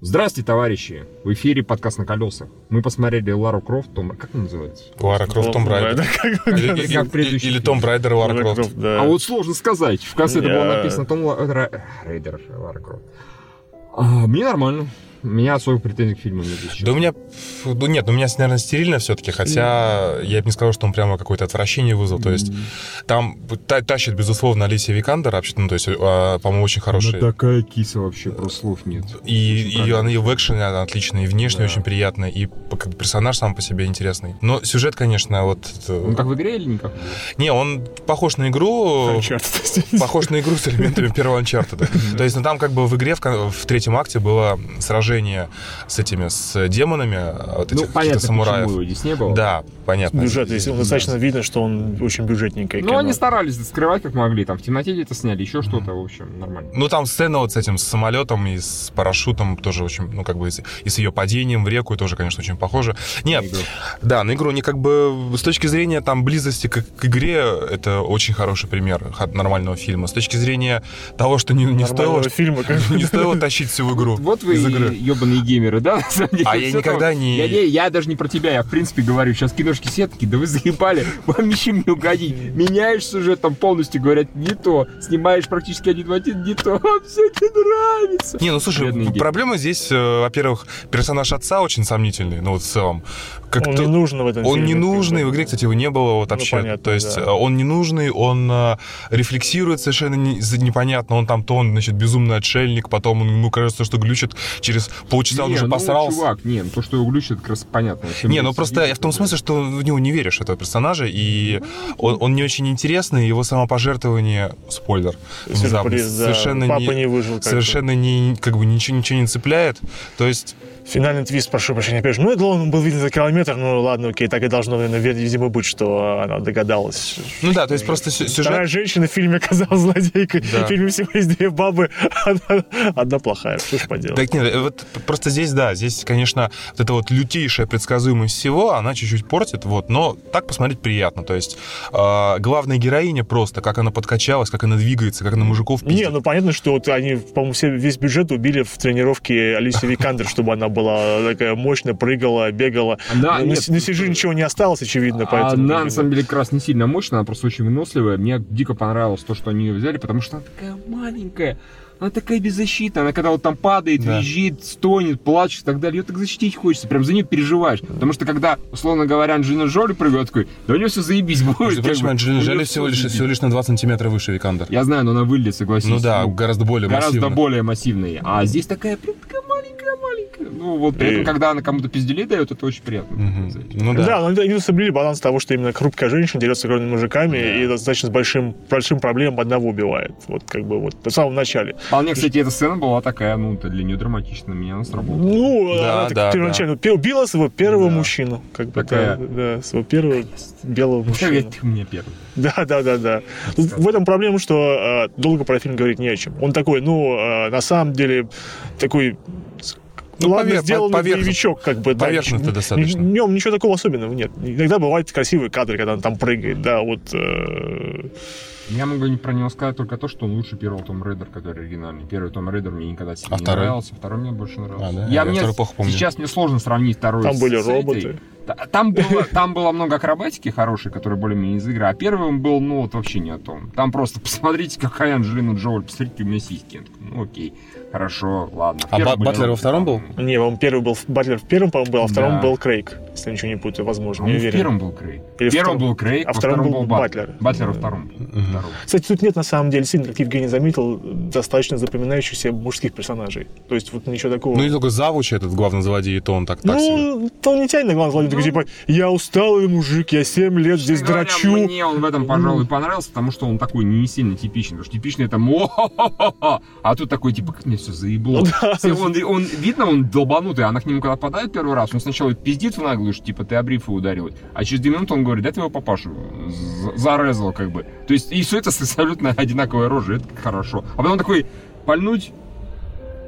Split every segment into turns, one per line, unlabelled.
Здравствуйте, товарищи! В эфире подкаст на колесах. Мы посмотрели Лару Крофт, Том... Как она называется?
Лара Крофт, Том Брайдер. Или,
Или как в
или-
предыдущем
или Том Брайдер и Лара
Лара
Крофт.
Крофт, да.
А вот сложно сказать. В конце это было
Я-
написано Том Ла- Ра- Рейдер, Лара Крофт. А, мне нормально. У меня особых претензий к фильму нет. если
Да у меня... ф, Ну нет, у меня, наверное, стерильно все-таки, хотя я бы не сказал, что он прямо какое-то отвращение вызвал. То есть там та- тащит, безусловно, Алисия Викандер, вообще, ну, то есть, э, по-моему, очень
честно.
хороший.
Она такая киса вообще, просто слов нет.
И,
Ну Очень
и
правильно.
она и в экшене она отличная, и внешне
Да.
очень приятная, и п- как бы персонаж сам по себе интересный. Но сюжет, конечно, вот... э,
Он Ну, как в игре или никак? Ну,
Не, он похож на игру... Похож на игру с элементами первого Uncharted. То есть, ну там как бы в игре в, кон- в третьем акте было сражение с этими, с демонами, а вот этих
Ну,
каких-то
понятно,
самураев.
почему его здесь не было.
Да, понятно.
Бюджет,
Здесь-
если достаточно видно, что он очень бюджетненькое
Ну,
кино.
они старались скрывать как могли. Там в темноте где-то сняли, еще что-то, в общем, нормально.
Ну, там сцена вот с этим, с самолетом и с парашютом тоже очень, ну, как бы, и с- и с ее падением в реку тоже, конечно, очень похоже. Нет,
На игру.
да, на игру, не как бы, с точки зрения там близости к, к игре, это очень хороший пример ха- нормального фильма. С точки зрения того, что не, не стоило,
Нормального фильма. как
не стоило тащить всю игру
Вот вы
Ну, из игры.
ебаные геймеры, да? на самом деле?
А я
Всё
никогда
там-
не-
Я, не- я даже не про тебя, я в принципе говорю, сейчас киношки сетки, да вы заебали, вам ничем не угодить. Меняешь сюжет, там полностью говорят не то, снимаешь практически один в один, не то, вам все это нравится.
Не, ну слушай,
Бедные дети.
проблема здесь, э, во-первых, персонаж отца очень сомнительный, ну вот в целом. Как-то-
Он не нужен в этом
Он
фильме,
не
как бы.
нужный, в игре, кстати, его не было вот
Ну,
вообще.
понятно,
то есть
да.
э, он не нужный, он э, рефлексирует совершенно не- за- непонятно. Он там то он, значит, безумный отшельник, потом он, ему кажется, что глючит через полчаса он
Не,
уже
ну,
посрался.
чувак, не, ну, то, что его глючит, как раз понятно. Всем
Не, ну
сидит,
просто я в том
да.
смысле, что в него не веришь, этого персонажа, и он, он не очень интересный, его самопожертвование, спойлер, внезапно,
Сюрприз, да.
совершенно
Папа
не...
не выжил. как-то.
Совершенно не, как бы ничего, ничего не цепляет. То есть
Финальный твист, прошу прощения, опять же. Ну, это он был виден за километр, ну ладно, окей, так и должно, наверное, вер- видимо, быть, что она догадалась.
Ну да, то есть просто сю-
Вторая
сюжет...
женщина в фильме оказалась злодейкой.
Да.
В фильме всего есть две бабы, одна, одна плохая. Что ж поделать.
Так нет, э, вот просто здесь, да, здесь, конечно, вот эта вот лютейшая предсказуемость всего, она чуть-чуть портит, вот, но так посмотреть приятно, то есть э, главная героиня просто, как она подкачалась, как она двигается, как она мужиков
Не,
пиздит.
ну понятно, что вот они, по-моему, все, весь бюджет убили в тренировке Алисии Викандер, чтобы она была такая мощная, прыгала, бегала.
Она,
Ну, на,
нет,
си- на CG ничего не осталось, очевидно, поэтому...
А Она, на самом деле, как раз не сильно мощная, она просто очень выносливая. Мне дико понравилось то, что они ее взяли, потому что она такая маленькая, она такая беззащитная. Она когда вот там падает,
Да.
визжит, стонет, плачет и так далее, ее так защитить хочется, прям за нее переживаешь. Потому что когда, условно говоря, Анджелина Джоли прыгает, такой, да у нее все заебись будет.
Между
как
прочим,
бы,
Анджелина
у неё
Джоли
всё
всего лишь,
заебись».
всего лишь на 20 сантиметров выше Викандер.
Я знаю, но она выглядит, согласись.
Ну да, гораздо более
гораздо
массивно.
более массивные. А здесь такая прям такая маленькая-маленькая. Ну вот при этом,
И-
когда она кому-то пиздюлей дает, это очень приятно.
Э. Мгм. Ну да.
Да, но они- они соблюли баланс того, что именно хрупкая женщина дерется с огромными мужиками и достаточно с большим, большим проблемом одного убивает. Вот как бы вот в самом начале.
Вполне, кстати, эта сцена была такая, ну, для нее драматичная, меня она сработала.
Ну,
Да,
она так
да,
первоначально пе- убила своего первого
Да.
мужчину. Как бы,
Такая.
да, да, своего первого белого
Как я-
мужчину.
ты мне первый.
Да, да, да, да. Ну, В этом проблема, что э, долго про фильм говорить не о чем. Он такой, ну, э, на самом деле, такой с-
Ну,
ладно
повер-
сделанный
поверх-
боевичок, как бы. да.
поверхностно
Н-
достаточно.
В нем ничего такого особенного нет. Иногда бывают красивые кадры, когда он там прыгает, да, вот... э,
Я могу не про него сказать только то, что он лучше первого Том Рейдер, который оригинальный. Первый Том Рейдер мне никогда сильно
А
не
второй?
нравился, второй мне больше нравился.
А, да? Я
мне
второй
с-
плохо помню.
Сейчас мне сложно сравнить второй
там
с-
были
с
роботы.
этой. Та- Там было, там было много акробатики хорошей, которые более-менее из игры, а первым был, ну, вот вообще не о том. Там просто, посмотрите, какая Анджелина Джоли, посмотрите, у меня сиськи. Я такой, Ну, окей, хорошо, ладно. В
А
первом
Ба-
были-
Батлер во втором был?
Не, он первый был... Батлер в первом, по-моему, был, а втором
Да.
был Крейг, если я ничего не путаю, возможно,
Ну,
не
в
уверен.
первом был Крейг.
Или
В первом
втором-
был Крейг,
а
во втором был Батлер.
Батлер.
Батлер во
Да.
втором. был.
Мгм.
Второй.
Кстати, тут нет на самом деле сильно, как Евгений заметил, достаточно запоминающихся мужских персонажей. То есть вот ничего такого.
Ну и только Завуч этот главный злодей, и то он так, так себе. Ну.
ну, то он не тянет на глаз ловит, такой, типа, я усталый мужик, я 7 лет здесь
Честно говоря,
драчу.
Мне он в этом, пожалуй, понравился, потому что он такой не сильно типичный. Потому что типичный это «Мо-хо-хо-хо-хо», а тут такой, типа, как мне все заебло. Все, он, он- видно, он долбанутый, она к нему когда подает первый раз, он сначала пиздит в наглую, что, типа, ты обрифы ударил. А через две минуты он говорит, да ты его папашу з- зарезал, как бы. То есть, и все это с абсолютно одинаковой рожей, это как хорошо. А потом такой, пальнуть?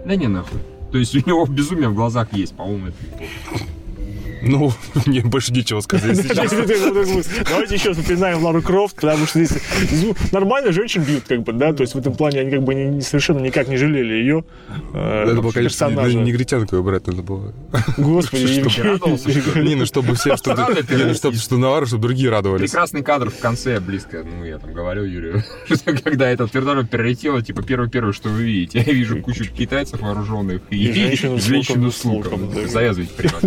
Да не, нахуй. То есть, у него безумие в глазах есть, по-моему, это... неплохо.
Ну, мне больше нечего сказать сейчас.
Давайте еще раз упоминаем Лару Крофт, потому что здесь ну, нормально женщин бьют, как бы, да, то есть в этом плане они как бы не- не- совершенно никак не жалели ее
Это было, конечно, не-
персонажа.
негритянку брать надо было.
Господи,
Что,
Я радовался, что
Евгений.
Не, ну чтобы все, чтобы,
Странно,
не, ну, чтобы, что навар, чтобы другие радовались.
Прекрасный кадр в конце, близко, ну, я там говорил Юрию, что когда этот вертолет перелетел, типа, первое-первое, что вы видите, я вижу кучу китайцев вооруженных и
И женщину с
женщину с
луком,
луком.
с луком, да.
Завязывайте прямо.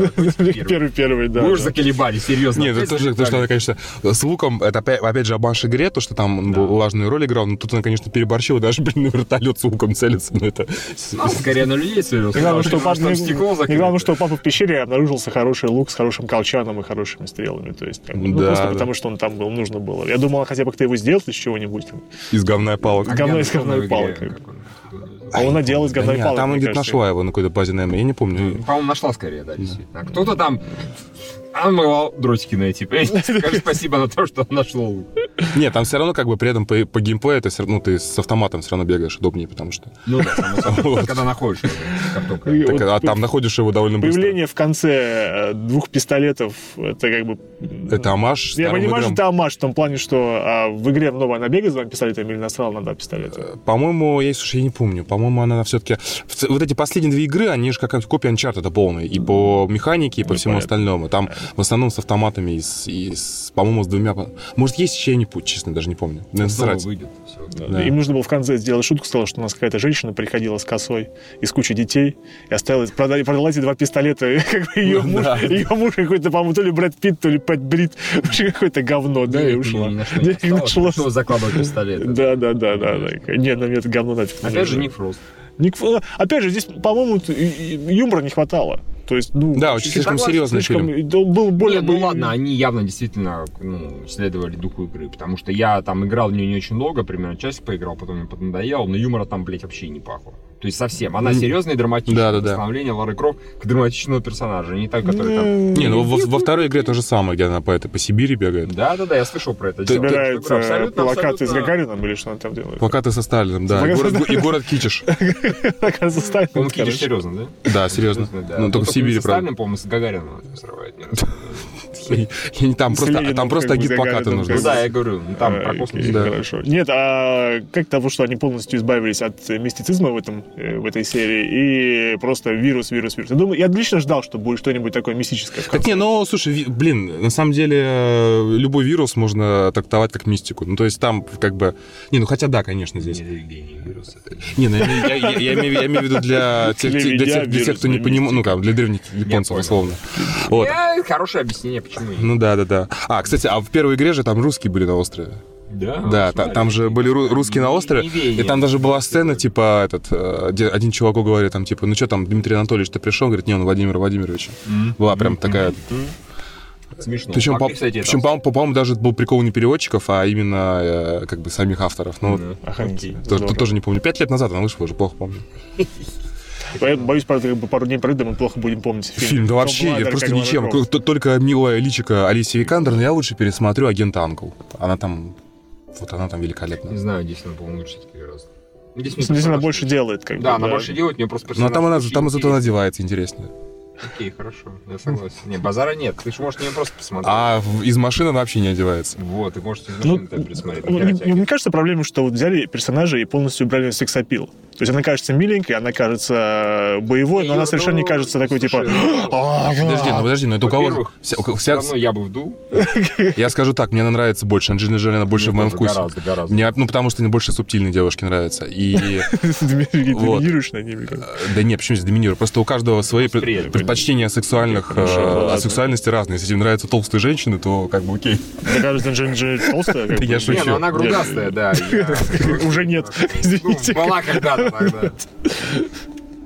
Первый, первый, да.
Мы уже
да.
заколебали, серьезно.
Нет, это ну, тоже, то, что она, конечно, с луком, это опять, опять же обманш игре, то, что там он был влажную роль играл, но тут она, конечно, переборщила, даже, блин, на вертолет с луком целится, но это...
Ну, скорее на людей целился.
И главное, что
потому
папа,
там
не-
стекло
и главное,
закрыто.
что у папы в пещере обнаружился хороший лук с хорошим колчаном и хорошими стрелами. То есть, как бы, ну,
Да,
просто
да.
потому, что он там был, нужно было. Я думал, хотя бы кто его сделал из чего-нибудь.
Из говна и палок.
А
говно
где
из говна
он
и
в
палок.
игре? Как он?
А он надел из говна
Да
и
не,
палок,
там он
мне
где-то
кажется.
нашла его на какой-то базе, наверное, я не помню.
По-моему, нашла скорее, да, действительно. А кто-то там... Она могла дротики найти, понимаете? Скажи спасибо на то, что он нашел.
Нет, там все равно как бы при этом по, по геймплею это все равно ну, ты с автоматом все равно бегаешь удобнее, потому что...
Ну да, само собой,
Вот.
когда находишь его, как только.
И
Так,
вот
а там находишь его довольно быстро.
Появление в конце э, двух пистолетов, это как бы...
Это амаш
Я
старым
понимаю, что
играм.
это амаш в том плане, что а, в игре в новой она бегает за вами пистолетом или насрала на два пистолета.
Э, По-моему, я, слушай, я не помню. По-моему, она все-таки... Вот эти последние две игры, они же как копия Uncharted полная. И по механике, и по всему
Ну, понятно.
остальному. Там в основном с автоматами, и с, и с- по-моему, с двумя... Может, есть еще, я не пу- честно, даже не помню.
Ну,
Наверное,
Дома
срать.
выйдет. всё.
Да.
Им нужно было в конце сделать шутку, сказала, что у нас какая-то женщина приходила с косой и с кучей детей, и оставила, продала, продала эти два пистолета, как бы ее, муж,
да.
ее муж какой-то, по-моему, то ли Брэд Питт, то ли Пэт Брит, вообще какое-то говно, да, и
Денег
ушла.
ни на что не
Денег
осталось,
нашлось.
пришлось закладывать пистолет.
Да, да, да, да, да. Не, на мне это говно нафиг. не
Опять же,
нужно.
Ник Фрост.
Ник Ф- э, Опять же, здесь, по-моему, т- и- и юмора не хватало. То есть, ну,
Да, очень слишком
согласен,
серьезный
слишком-
фильм.
и да, был более...
Не, ну
бы-
ладно, они явно действительно ну, следовали духу игры, потому что я там играл в нее не очень долго, примерно часик поиграл, потом мне поднадоело, но юмора там, блядь, вообще не пахло. То есть совсем. Она
М.
серьезная и драматичная.
Да-да-да.
Становление Лары Крофт к драматичному персонажу, не та, которая там...
М,
Не, ну во, во второй игре то же самое, где она по, этой, по Сибири бегает.
Да-да-да, я слышал про это. Действительно,
Собирает
что игра
э,
абсолютно-
плакаты с
абсолютно-
Гагарином или что он там делает?
Плакаты со Сталином, да. И
Плакаты
город,
со
и город Китиш.
Плакаты со Сталином,
По-моему, Кидиш
короче.
серьезно, да?
Да, серьезно.
Серьезно, да.
Ну,
Ну,
только в
не
Сибири,
со
правда.
Сталином, по-моему, с Гагарином срывает. не раз.
И- и Там
С
просто,
Лениным,
там просто
как бы, с
агит-плакаты
Гагарином,
нужны.
Ну да, я говорю, ну, там
А,
про космос.
окей,
Да.
Хорошо. Нет, а как того, что они полностью избавились от э, мистицизма в, этом, э, в этой серии и просто вирус, вирус, вирус. Я, думаю, я отлично ждал, что будет что-нибудь такое мистическое. в
Так не, ну, слушай, ви- блин, на самом деле э, любой вирус можно трактовать как мистику. Ну, то есть там как бы... Не, ну хотя да, конечно, здесь. Не, ну, я, имею- я- я- я имею, я имею в виду для тех, те- для тех, для тех, кто не понимает, ну, как, для древних японцев,
понял.
условно. Вот.
Я- Э, Хорошее объяснение, почему. и нет.
Ну да, да, да. А, кстати, а в первой игре же там русские были на острове.
Да,
Да, та-
смотри.
там же были ру- русские на острове,
Неверие.
и там даже была сцена, типа, этот, э, где один чувак говорит, там, типа, ну что там, Дмитрий Анатольевич, ты пришел? Он говорит, не, он Владимир Владимирович. Была прям такая...
Смешно.
Причем,
Вообще,
по-
Ну, кстати, это-
причем, по-моему, по-моему, даже это был прикол не переводчиков, а именно э, как бы самих авторов. Ну,
Да.
Охренеть.
то- то-
Здорово.
тоже не помню. Пять лет назад она вышла, уже плохо помню.
Я боюсь, правда, как бы пару дней пройдет, и мы плохо будем помнить фильм.
Фильм, да
Том
вообще,
Бладер,
я просто
как
ничем.
Лара Крофт.
Т- Только милая личика Алисии Викандер, но я лучше пересмотрю «Агента Англ». Она там... Вот она там
Не
великолепна.
знаю, здесь она, по-моему, лучше все-таки раз. Ну, Здесь мне
Здесь Ну, она
персонаж-
больше делает, как бы.
Да, она больше делает, у нее просто
Ну, а
персонаж.
там она,
очень
там зато
интересный.
надевается интереснее.
Окей, хорошо, я согласен. Не, базара нет, ты же можешь на нее просто посмотреть.
А в- из машины она вообще не одевается.
Вот, ты можешь из
Ну,
машины так пересмотреть.
ну,
нахера
мне,
тебе
мне кажется, проблема, что вот взяли персонажа и полностью убрали её сексапил. То есть она кажется миленькой, она кажется э, боевой, но
Её,
она совершенно не
ну,
кажется такой, типа...
слушай,
«А,
Подожди, ну подожди, ну это у кого...
Во-первых,
вся- у-
Все
вся-
равно я бы вдул.
Я скажу так, мне она нравится больше. Анджелина Джоли, она больше в
Мне
моем
тоже
вкусе.
Гораздо, гораздо.
Мне, ну, потому что мне больше субтильные девушки нравятся. И
Дмитрий,
Вот.
доминируешь над ними. как бы».
Да нет, почему здесь доминирую? Просто у каждого свои пред-
Восприятие,
предпочтения сексуальных,
Хорошо,
э,
ладно.
о сексуальности разные. Если тебе нравятся толстые женщины, то как бы окей.
Мне кажется, Анджелина Джоли толстая. как
Да
бы.
я шучу.
Не, ну она
Нет.
грудастая, да. я-
Уже нет,
Ну,
извините.
была когда-то тогда.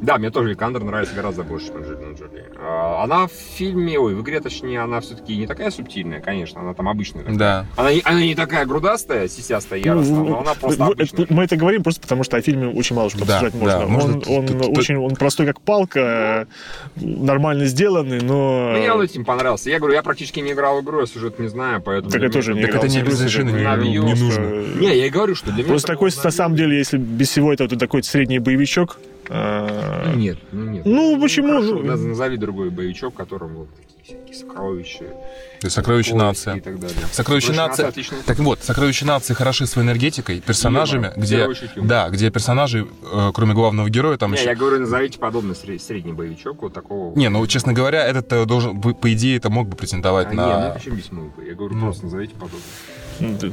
Да, мне тоже Викандер нравится гораздо больше, чем Анджелина Джоли. А, Она в фильме, ой, в игре, точнее, она все-таки не такая субтильная, конечно, она там обычная. такая.
Да.
Она, не- она не такая грудастая, сисястая,
Ну,
яростная, но она
ну,
просто
ну,
обычная.
это- Мы это говорим просто потому, что о фильме очень мало что
Да,
обсуждать
да,
можно.
можно
Он-
т-
Он
т- т-
очень он простой, как палка, э, нормально сделанный,
Мне он
но...
этим понравился. Ну, Я говорю, я практически не играл в игру, я сюжет не знаю, поэтому...
Так я тоже не
Так это
играл,
не
серьезно,
обязательно,
как бы,
не-
надо
не
её
нужно.
просто-
Не, я и говорю, что для меня...
Просто
это
такой,
было
на самом
набью.
деле, если без всего этого, это такой средний боевичок, А,
Ну, нет, ну нет.
Ну, почему
хорошо,
же?
наз- назови другой боевичок, в котором вот такие всякие сокровища.
И Сокровище
поиски
нации.
И так далее.
Сокровище нации.
отлично.
Так вот, сокровища нации хороши своей энергетикой, персонажами,
Юмором. В
где,
первую очередь юмором.
да, где персонажи, э, кроме главного героя, там
Не,
еще...
я говорю, назовите подобный сред- средний боевичок вот такого.
Не, ну, честно говоря, этот э, должен, бы- по идее, это мог бы претендовать
а,
на...
не, ну почему без мылка? Я говорю,
Ну.
просто назовите подобный.
ну, да,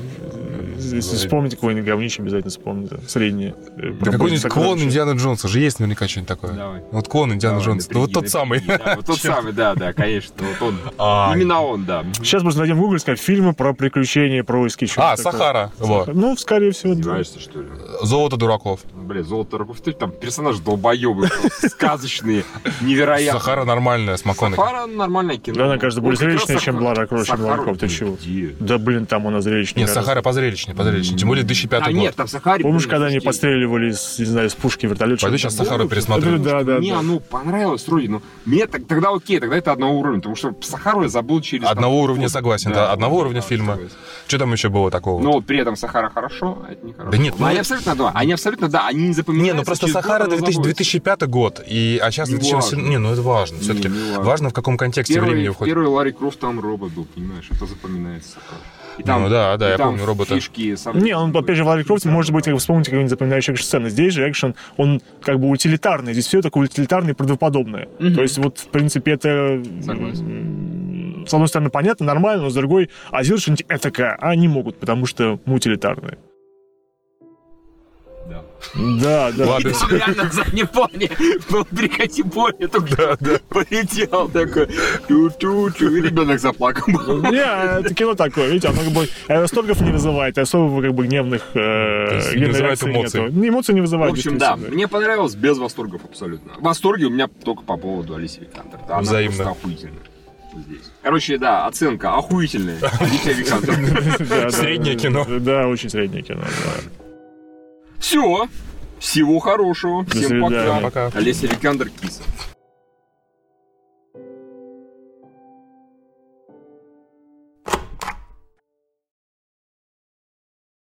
Если вспомните какое-нибудь говнище, обязательно вспомните. Среднее. э,
Да
про
какой-нибудь клон
сокровища.
Индиана Джонса же есть наверняка что-нибудь такое.
Давай.
Вот клон Э, Индиана
Давай,
Джонса. Ну, вот
напряги,
тот самый.
напряги, да, Вот тот самый, да, да, конечно. Вот он.
А,
Именно он, да.
Сейчас просто найдем в Google, сказать, фильмы про приключения, про войски. чё-то
А,
такое.
Сахара. Во.
Ну, скорее всего, да.
Издеваешься, что ли?
Золото дураков.
Блин, золото рабов. Ты там персонаж долбоебы, сказочные, невероятные.
Сахара нормальная с МакКонахи.
А Сахара ну, нормальное кино.
Да, она, кажется, более зрелищная, чем Лара Крофт, чем Лара Крофт. Ты чего?
чего?
Да, блин, там у нас зрелищно.
Нет,
гораздо.
Сахара позрелищнее, позрелищнее. Тем более 2005
А
год.
нет, там Сахаре...
Помнишь,
блин,
когда они
слушайте,
подстреливали из, не знаю, из пушки вертолета?
Пойду сейчас Сахару
Да,
пересмотрю.
да, да.
Мне оно понравилось вроде, но мне так- тогда окей, тогда это одного уровня, потому что Сахару я забыл через... там,
Одного уровня
год.
согласен, да, одного уровня фильма.
согласен.
Что там еще было такого?
Но вот при этом Сахара хорошо, а это не хорошо.
Да нет,
Но
ну-
они абсолютно, да, они абсолютно, да, они не запоминаются.
Не, ну просто
через
Сахара
год а она
2000
забудется.
2005 год, и, а сейчас
Не
2018...
важно.
Не, ну это важно,
Не,
все-таки.
не важно.
Важно, в каком контексте времени
Первый,
уходит.
первый Ларри Крофт там робот был, понимаешь, это запоминается. Сахара. И
Ну да, да,
и
я
там
помню робота.
Фишки, сам...
Не, он, опять же, в Ларри Крофте, может быть, как вспомните какую-нибудь запоминающую экшн-сцену. Здесь же экшен, он как бы утилитарный. Здесь все такое утилитарное и правдоподобное. То есть, вот, в принципе, это... м, С одной стороны, понятно, нормально, но с другой, а сделать что-нибудь этакое, а они могут, потому что мы утилитарные.
Да.
Да, да.
Ладно,
И там реально в заднем плане был Брикати Боря только полетел такой. Ну, Тю-тю-тю. И ребенок заплакал.
Не, это кино такое, видите, оно как бы э, столбов не вызывает, и особо как бы гневных э,
То есть не
гневной
вызывает
реакции
эмоций.
нету. Не, эмоций не
В
вызывает.
общем, да,
действительно.
мне понравилось без восторгов абсолютно. Восторги у меня только по поводу Алисы Викантер. Да, она
Взаимно.
просто охуительна. Здесь. Короче, да, оценка охуительная. Алисия Викантер.
Да, да.
Среднее кино.
Да, очень среднее кино. да.
Все. Всего хорошего. Всем
свидания.
пока.
Пока.
Алисия Викандер Киса.